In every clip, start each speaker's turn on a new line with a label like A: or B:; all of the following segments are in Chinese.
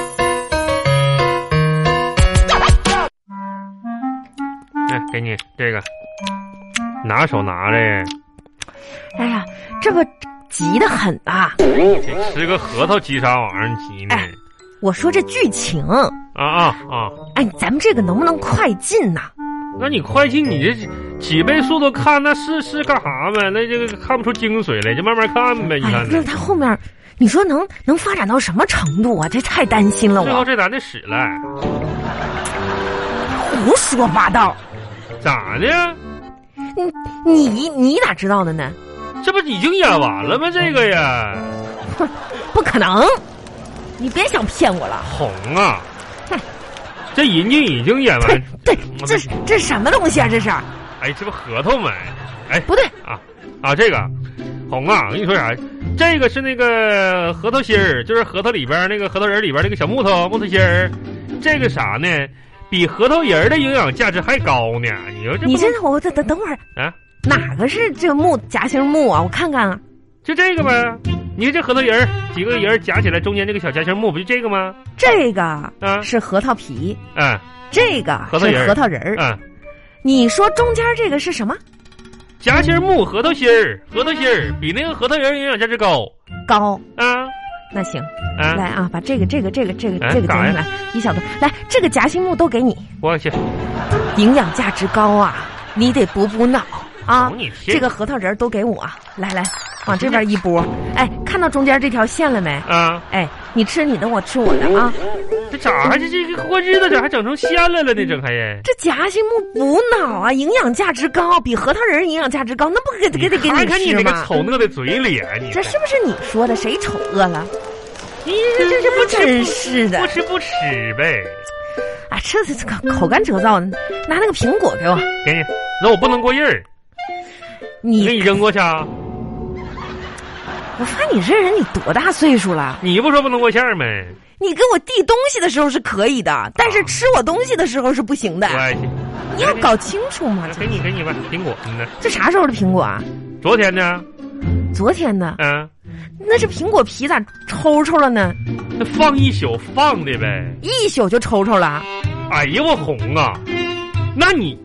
A: 哎拿手拿的，
B: 哎呀，这个急得很啊！
A: 得吃个核桃急啥玩意儿急呢？
B: 哎我说这剧情，
A: 啊啊啊！
B: 哎，咱们这个能不能快进呐、
A: 那你快进，你这几倍速度看，那是是干啥呗？那这个看不出精髓来，就慢慢看呗。你
B: 哎呀
A: 看，
B: 那
A: 这，
B: 他后面，你说能能发展到什么程度啊？这太担心了
A: 最
B: 我，
A: 后这男的使了，
B: 胡说八道！
A: 咋的？
B: 你你咋知道的呢？
A: 这不已经演完了吗？这个呀，
B: 不可能！你别想骗我了！
A: 红啊
B: 哼！
A: 这人家已经演
B: 对
A: 完，
B: 对，这是这是什么东西啊？这是
A: 哎，这不核桃吗？哎，
B: 不对，
A: 啊啊，这个红啊，我跟你说啥？这个是那个核桃心儿，就是核桃里边儿那个核桃仁儿里边儿那个小木头木头心儿。这个啥呢？比核桃仁儿的营养价值还高呢。你说这不
B: 你这我等等等会儿
A: 啊？
B: 哪个是这木夹心木啊？我看看啊！
A: 就这个呗？你看这核桃仁儿几个仁儿夹起来，中间这个小夹心木不就这个吗？
B: 这个
A: 啊
B: 是核桃皮，
A: 啊
B: 这个
A: 核桃仁
B: 是
A: 儿
B: 核桃仁儿。
A: 啊！
B: 你说中间这个是什么？
A: 夹心木核桃心儿，核桃心儿比那个核桃仁儿营养价值高
B: 高？
A: 啊
B: 那行，
A: 啊！
B: 来啊，把这个这个这个这个
A: 哎
B: 这个
A: 咋
B: 东西
A: 呀
B: 来一小段，来这个夹心木都给你，
A: 我去，
B: 营养价值高啊，你得补补脑啊
A: 哄。你骗
B: 这个核桃仁儿都给我，啊来来，往这边一拨。哎，看到中间这条线了没？
A: 啊！
B: 哎，你吃你的，我吃我的啊。
A: 这咋还这这个过日子咋还整成仙来了呢？整还人。
B: 这夹心木补脑啊，营养价值高，比核桃仁儿营养价值高，那不给给得给
A: 看看你
B: 吃
A: 那个
B: 吗？
A: 丑恶的嘴脸，你
B: 这是不是你说的？谁丑恶了？
A: 你
B: 这这这不真
A: 吃
B: 是的
A: 不吃不吃呗？
B: 啊！这这这口口干舌燥的，拿那个苹果给我。
A: 给你，那我不能过日儿，
B: 你
A: 给你扔过去啊！
B: 我发你这人，你多大岁数了？
A: 你不说不能过线儿吗？
B: 你给我递东西的时候是可以的，但是吃我东西的时候是不行的。
A: 我去，
B: 你要搞清楚嘛！这
A: 给你给你吧，苹果，嗯呢？
B: 这啥时候的苹果啊？
A: 昨天呢？
B: 昨天呢？
A: 啊，
B: 那这苹果皮咋抽抽了呢？
A: 那放一宿放的呗。
B: 一宿就抽抽了？
A: 哎呀，我红啊！那你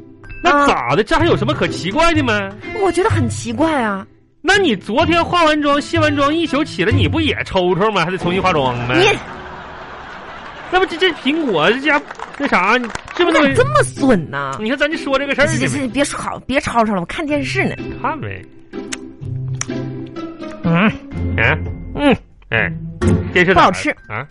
A: 那
B: 啊
A: 咋的？这还有什么可奇怪的吗？
B: 我觉得很奇怪啊！
A: 那你昨天化完妆、卸完妆一宿起来，你不也抽抽吗？还得重新化妆吗？
B: 你
A: 那不这这苹果这家那啥，你是不
B: 你
A: 是那
B: 咋
A: 么？
B: 这么损呢？
A: 啊你看咱就说这个事儿
B: 这
A: 呢
B: 这别吵，别吵吵了，我看电视呢。
A: 呗，看呗。
B: 嗯
A: 哎
B: 嗯，
A: 哎，这是
B: 不好
A: 咋
B: 吃
A: 啊！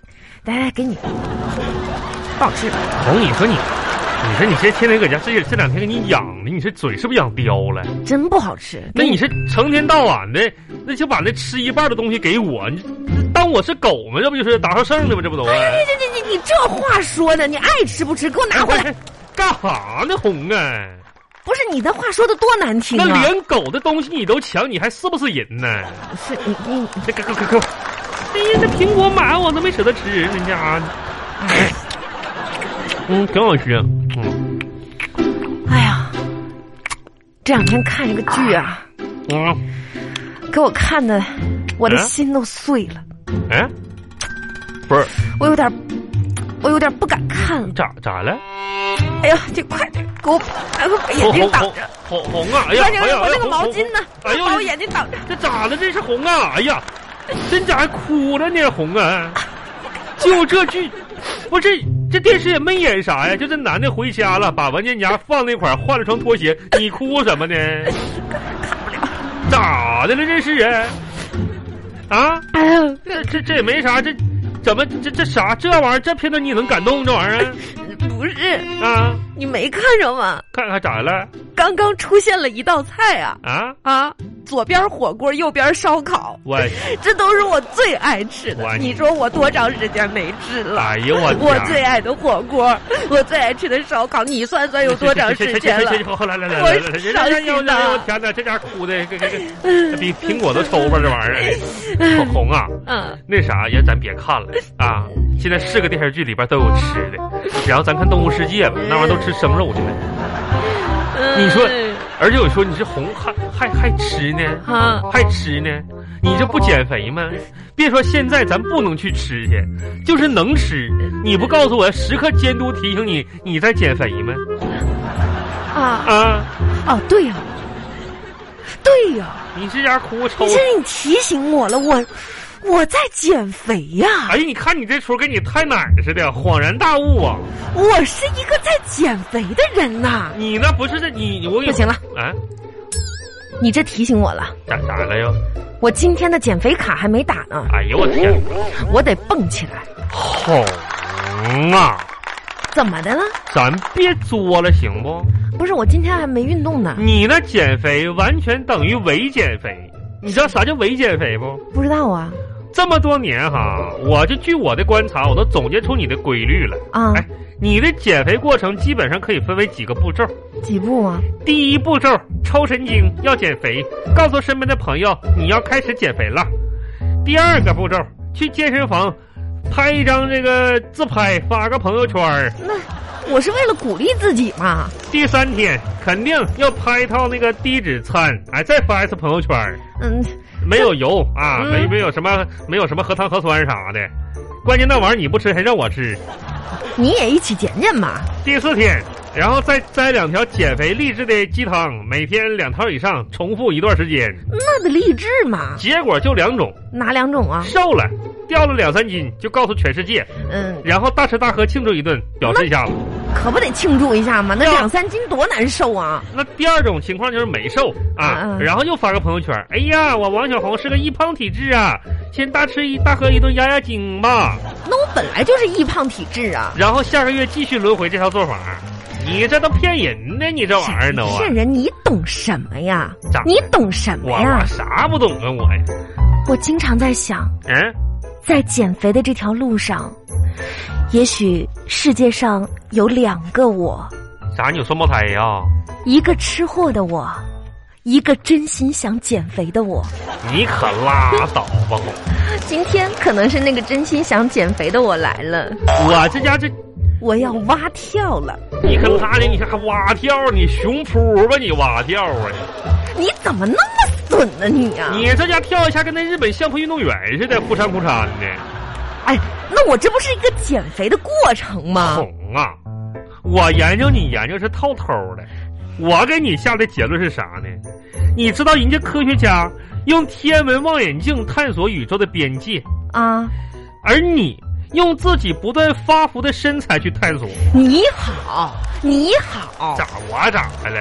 B: 来来，给你，不好吃。
A: 红，你说你，你说你这天天搁家，这这两天给你养的，你这嘴是不是养刁了？
B: 真不好吃。
A: 那你是成天到晚的，那就把那吃一半的东西给我，你这当我是狗吗？这不就是打上剩的吗？这不都啊？
B: 哎，这这这你这话说的，你爱吃不吃？给我拿 回来！
A: 哎干啥呢，红啊？
B: 不是你的话说的多难听
A: 那
B: 啊！
A: 连狗的东西你都抢，你还是不是人呢？
B: 是你你
A: 这个个个个，哎呀，这苹果买我都没舍得吃，人家，啊嗯，挺好吃，嗯
B: 哎呀，这两天看这个剧啊，
A: 嗯，
B: 给我看的，我的
A: 嗯
B: 心都碎了，
A: 哎，不是
B: 我有点，我有点不敢看了。
A: 咋咋了？
B: 哎呀，这快点给我哎给我把眼
A: 红
B: 睛
A: 红
B: 挡
A: 红
B: 着！
A: 红红啊！哎呀，
B: 快
A: 哎
B: 点，
A: 呀，
B: 我
A: 哎呀
B: 那个毛巾？
A: 红
B: 呢？
A: 哎呦
B: 把我眼睛挡着！
A: 红这咋了？这是红啊！哎呀，真假还哭了呢，红啊！就这剧，不是这电视也没演啥呀？就这男的回家了，把文件夹放那块儿，换了双拖鞋，你哭什么呢？咋的了？这是啊？啊？
B: 哎呀，
A: 这这这也没啥，这怎么这这啥这玩意儿？这片段你能感动这玩意
B: 不是
A: 儿啊？
B: 你没看着吗？
A: 看看咋了
B: 刚刚出现了一道菜啊
A: 啊？
B: 啊！左边火锅，右边烧烤。
A: 我哎
B: 这都是我最爱吃
A: 我爱
B: 的。
A: 你
B: 你说我多长时间没吃了？
A: 哎呦我
B: 我
A: 天
B: 最爱的火锅，我最爱吃的烧烤，你算算有多长时间了？
A: 好，来来来来来，人家要要我天哪，这家哭的，这这这比苹果都抽吧，这玩意儿。红啊，
B: 嗯，
A: 那啥也咱别看了啊！现在是个电视剧里边都有吃的，然后咱看《动物世界》吧，那玩意儿都吃生肉去了。你说，
B: 嗯
A: 而且我说你这红还还还吃呢，
B: 啊，
A: 还吃呢？你这不减肥吗？别说现在咱不能去吃去，就是能吃，你不告诉我时刻监督提醒你你在减肥吗？
B: 啊
A: 啊！
B: 哦，对呀、对呀、
A: 你这家哭抽
B: 你，这你提醒我了，我我在减肥呀、
A: 哎呀，你看你这出跟你太奶似的，恍然大悟啊！
B: 我是一个在减肥的人呐、
A: 你那不是这你我
B: 不行了
A: 啊？
B: 你这提醒我了，
A: 咋咋了又？
B: 我今天的减肥卡还没打呢，
A: 哎呦我天，
B: 我得蹦起来。
A: 红啊！
B: 怎么的了？
A: 咱别作了行不？
B: 不是我今天还没运动呢，
A: 你那减肥完全等于伪减肥，你知道啥叫伪减肥不？
B: 不知道啊
A: 这么多年哈，我就据我的观察，我都总结出你的规律了。
B: 啊，
A: 哎，你的减肥过程基本上可以分为几个步骤。
B: 几步啊？
A: 第一步骤，抽神经，要减肥，告诉身边的朋友你要开始减肥了。第二个步骤，去健身房，拍一张这个自拍，发个朋友圈儿。
B: 那我是为了鼓励自己嘛。
A: 第三天肯定要拍一套那个低脂餐，哎，再发一次朋友圈儿，
B: 嗯，
A: 没有油啊，
B: 嗯
A: 没没有什么没有什么核糖核酸啥的，关键那玩意儿你不吃还让我吃。
B: 你也一起减减嘛。
A: 第四天，然后再摘两条减肥励志的鸡汤，每天两套以上，重复一段时间，
B: 那得励志嘛，
A: 结果就两种，
B: 哪两种啊？
A: 瘦了。掉了两三斤就告诉全世界，
B: 嗯，
A: 然后大吃大喝庆祝一顿，表示一下子。
B: 可不得庆祝一下嘛？那
A: 要
B: 两三斤多难受啊！
A: 那第二种情况就是没瘦啊
B: 嗯，嗯
A: 然后又发个朋友圈，哎呀，我王小红是个易胖体质啊，先大吃一大喝一顿压压惊吧。
B: 那我本来就是易胖体质啊。
A: 然后下个月继续轮回这套做法，你这都骗人呢，你这玩意儿都啊！
B: 骗人！你懂什么呀
A: 咋？
B: 你懂什么
A: 我
B: 呀
A: 我？啥不懂啊我呀，
B: 我经常在想，
A: 嗯，
B: 在减肥的这条路上，也许世界上有两个我，
A: 啥你有双胞胎呀、
B: 一个吃货的我，一个真心想减肥的我。
A: 你可拉倒吧！
B: 今天可能是那个真心想减肥的我来了，
A: 我这家这
B: 我要蛙跳了。
A: 你可拉的，你还蛙跳，你熊扑吧你蛙跳啊！
B: 你怎么那么损呢、你啊呀、
A: 你这家跳一下跟那日本相扑运动员似的，扑扇扑扇的。
B: 哎，那我这不是一个减肥的过程吗？
A: 哄啊！我研究你研究是透透的，我给你下的结论是啥呢？你知道人家科学家用天文望远镜探索宇宙的边界，
B: 啊，
A: 而你用自己不断发福的身材去探索，
B: 你好，你好，
A: 咋我咋的了？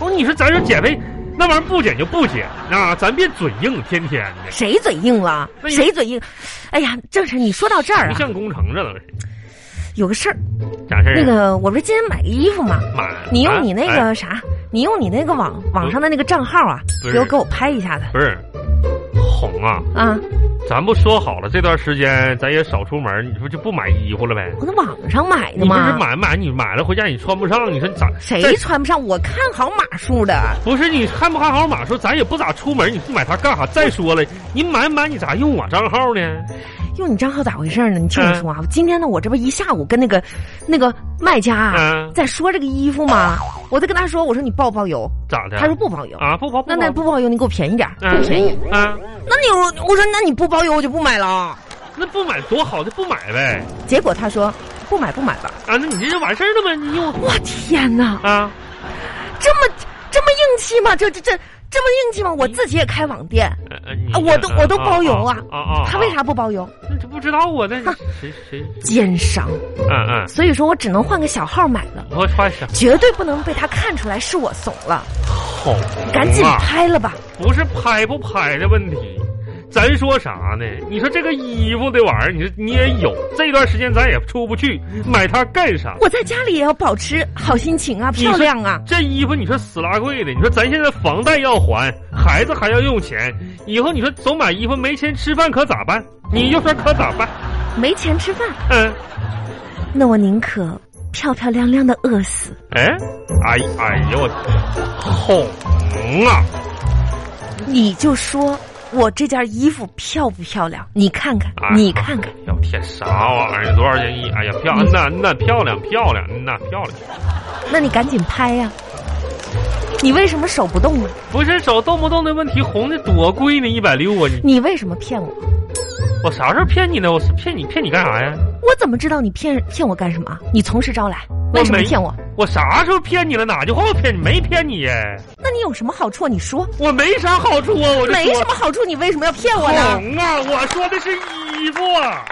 A: 哦，你说咱说减肥那玩意儿不减就不减啊，咱别嘴硬，天天的，
B: 谁嘴硬了？
A: 那你
B: 谁嘴硬？哎呀，正是你说到这儿
A: 不
B: 啊，
A: 像工程这都是
B: 有个事儿，
A: 咋事儿啊？
B: 那个我不是今天买个衣服吗？
A: 妈呀，
B: 你
A: 啊
B: 用你那
A: 哎
B: 个啥，你用你那个网网上的那个账号啊，
A: 不是
B: 给我给我拍一下子
A: 不是哄啊？
B: 啊！
A: 咱不说好了，这段时间咱也少出门，你说就不买衣服了呗？
B: 我在网上买的
A: 你不是
B: 嘛，
A: 买买你买了回家你穿不上，你说你咋？
B: 哎谁
A: 这
B: 穿不上？我看好码数的，
A: 不是你看不看好码数？咱也不咋出门，你买它干啥？再说了，你买买你咋用我账号呢？
B: 用你账号咋回事呢？你听我说啊，今天呢，我这不一下午跟那个那个卖家啊
A: 啊，
B: 在说这个衣服嘛，我在跟他说，我说你报不报邮？
A: 咋的？
B: 他说不包邮。
A: 啊，不跑不
B: 那那
A: 跑
B: 不包邮，你给我便宜点儿，
A: 嗯
B: 便宜。
A: 啊，
B: 那你我我说那你不包邮我就不买了。
A: 那不买多好，就不买呗。
B: 结果他说不买不买吧。
A: 啊，那你这就完事儿了呗？你用
B: 我天哪，
A: 啊？
B: 这么这么硬气吗？这这这这么硬气吗？我自己也开网店，
A: 呃呃你
B: 啊我都我都包邮啊
A: 啊啊！啊
B: 他为？啥不包邮？
A: 那这不知道啊？那
B: 哈
A: 谁谁？
B: 奸商，
A: 嗯嗯，
B: 所以说我只能换个小号买了，
A: 我穿啥？
B: 绝对不能被他看出来是我怂了，
A: 哄
B: 赶紧
A: 啊
B: 拍了吧。
A: 不是拍不拍的问题，咱说啥呢？你说这个衣服这玩意儿，你说你也有，这段时间咱也出不去，买它干啥？
B: 我在家里也要保持好心情啊，
A: 你说
B: 漂亮啊。
A: 这衣服你说死拉贵的，你说咱现在房贷要还，孩子还要用钱，以后你说总买衣服没钱吃饭可咋办？你就说可咋办？
B: 没钱吃饭，
A: 嗯，
B: 那我宁可漂漂亮亮的饿死。
A: 哎，哎哎呦我，红啊！
B: 你就说我这件衣服漂不漂亮？你看看，
A: 哎
B: 你看看，
A: 哎呦天，啥玩意儿？多少钱一？哎呀，漂，嗯呐嗯呐，漂亮漂亮，嗯呐漂亮。
B: 那你赶紧拍呀、你为什么手不动啊？
A: 不是手动不动的问题，红的多贵呢？一百六啊！你
B: 你为什么骗我？
A: 我啥时候骗你呢？我是骗你骗你干啥呀？
B: 我怎么知道你骗骗我干什么啊？你从实招来，为什么骗我？
A: 我啥时候骗你了？哪句话我骗你？没骗你耶，
B: 那你有什么好处？你说，
A: 我没啥好处啊，我就
B: 没
A: 说
B: 哦什么好处，你为什么要骗我呢？
A: 红啊，我说的是衣服啊。